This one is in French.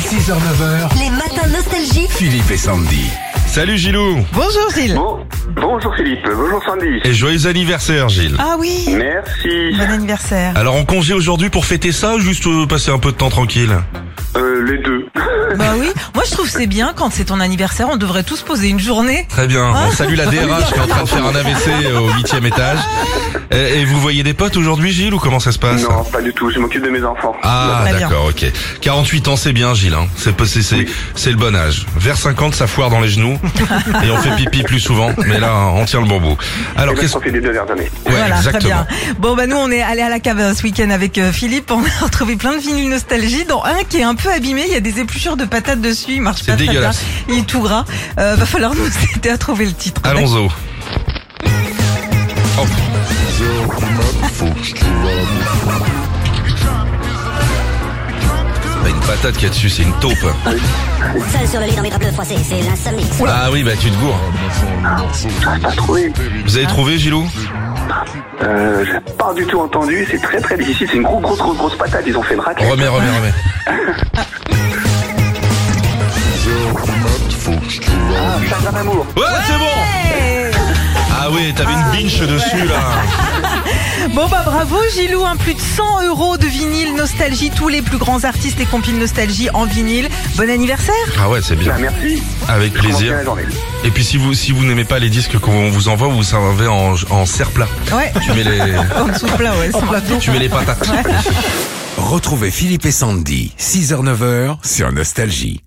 6h, 9h, Les matins nostalgiques. Philippe et Sandy. Salut Gilou Bonjour Gilles. Bon- bonjour Philippe, bonjour Sandy. et joyeux anniversaire Gilles. Ah oui, Merci. bon anniversaire. Alors en congé aujourd'hui pour fêter ça ou juste euh, passer un peu de temps tranquille Euh, les deux. Ah, Bah oui, moi je trouve que c'est bien quand c'est ton anniversaire, on devrait tous poser une journée. Très bien, Ah. on salue la DRH qui est en train de faire un AVC euh, au huitième étage. Et, et vous voyez des potes aujourd'hui Gilles ou comment ça se passe Non, pas du tout, je m'occupe de mes enfants. Ah Très bien. d'accord, ok. 48 ans c'est bien Gilles, hein. c'est pas- c'est- c'est- c'est le bon âge. Vers 50 ça foire dans les genoux et on fait pipi plus souvent, mais là on tient le bon bout. Alors Et ben, qu'est-ce ça fait les deux dernières années. Ouais, voilà, exactement. très bien. Bon bah nous on est allé à la cave euh, ce week-end avec euh, Philippe, on a retrouvé plein de vinyles nostalgie, dont un qui est un peu abîmé, il y a des épluchures de patates dessus, il marche C'est pas très bien, dégueulasse. il est tout gras. Euh, va falloir nous aider à trouver le titre. Allons-y. Oh. C'est pas Bah, une patate qu'il y a dessus, c'est une taupe. Seul sur le lit dans mes draps bleus froissés, c'est l'insomnie. Ah oui, bah tu te gourres. Ah, pas trouvé. Vous avez trouvé, Gilou Euh, j'ai pas du tout entendu, c'est très très difficile, c'est une grosse grosse grosse grosse patate, ils ont fait une raclette. Remets, remets, remets. Ah, Chagrin d'amour. Ouais, c'est bon Hey Ah oui, t'avais une binche dessus, là. Bon bah bravo Gilou, hein, plus de 100 euros de vinyle nostalgie, tous les plus grands artistes et compiles nostalgie en vinyle. Bon anniversaire Ah ouais, c'est bien. Bah, merci. Avec Je commence bien Ah, plaisir. la journée. Et puis si vous si vous n'aimez pas les disques qu'on vous envoie, vous servez en, en serre-plat. Ouais, Tu mets les, en dessous de plat, ouais, ça va. Oh, tu mets les patates. Retrouvez Philippe et Sandy, 6h, 9h sur Nostalgie.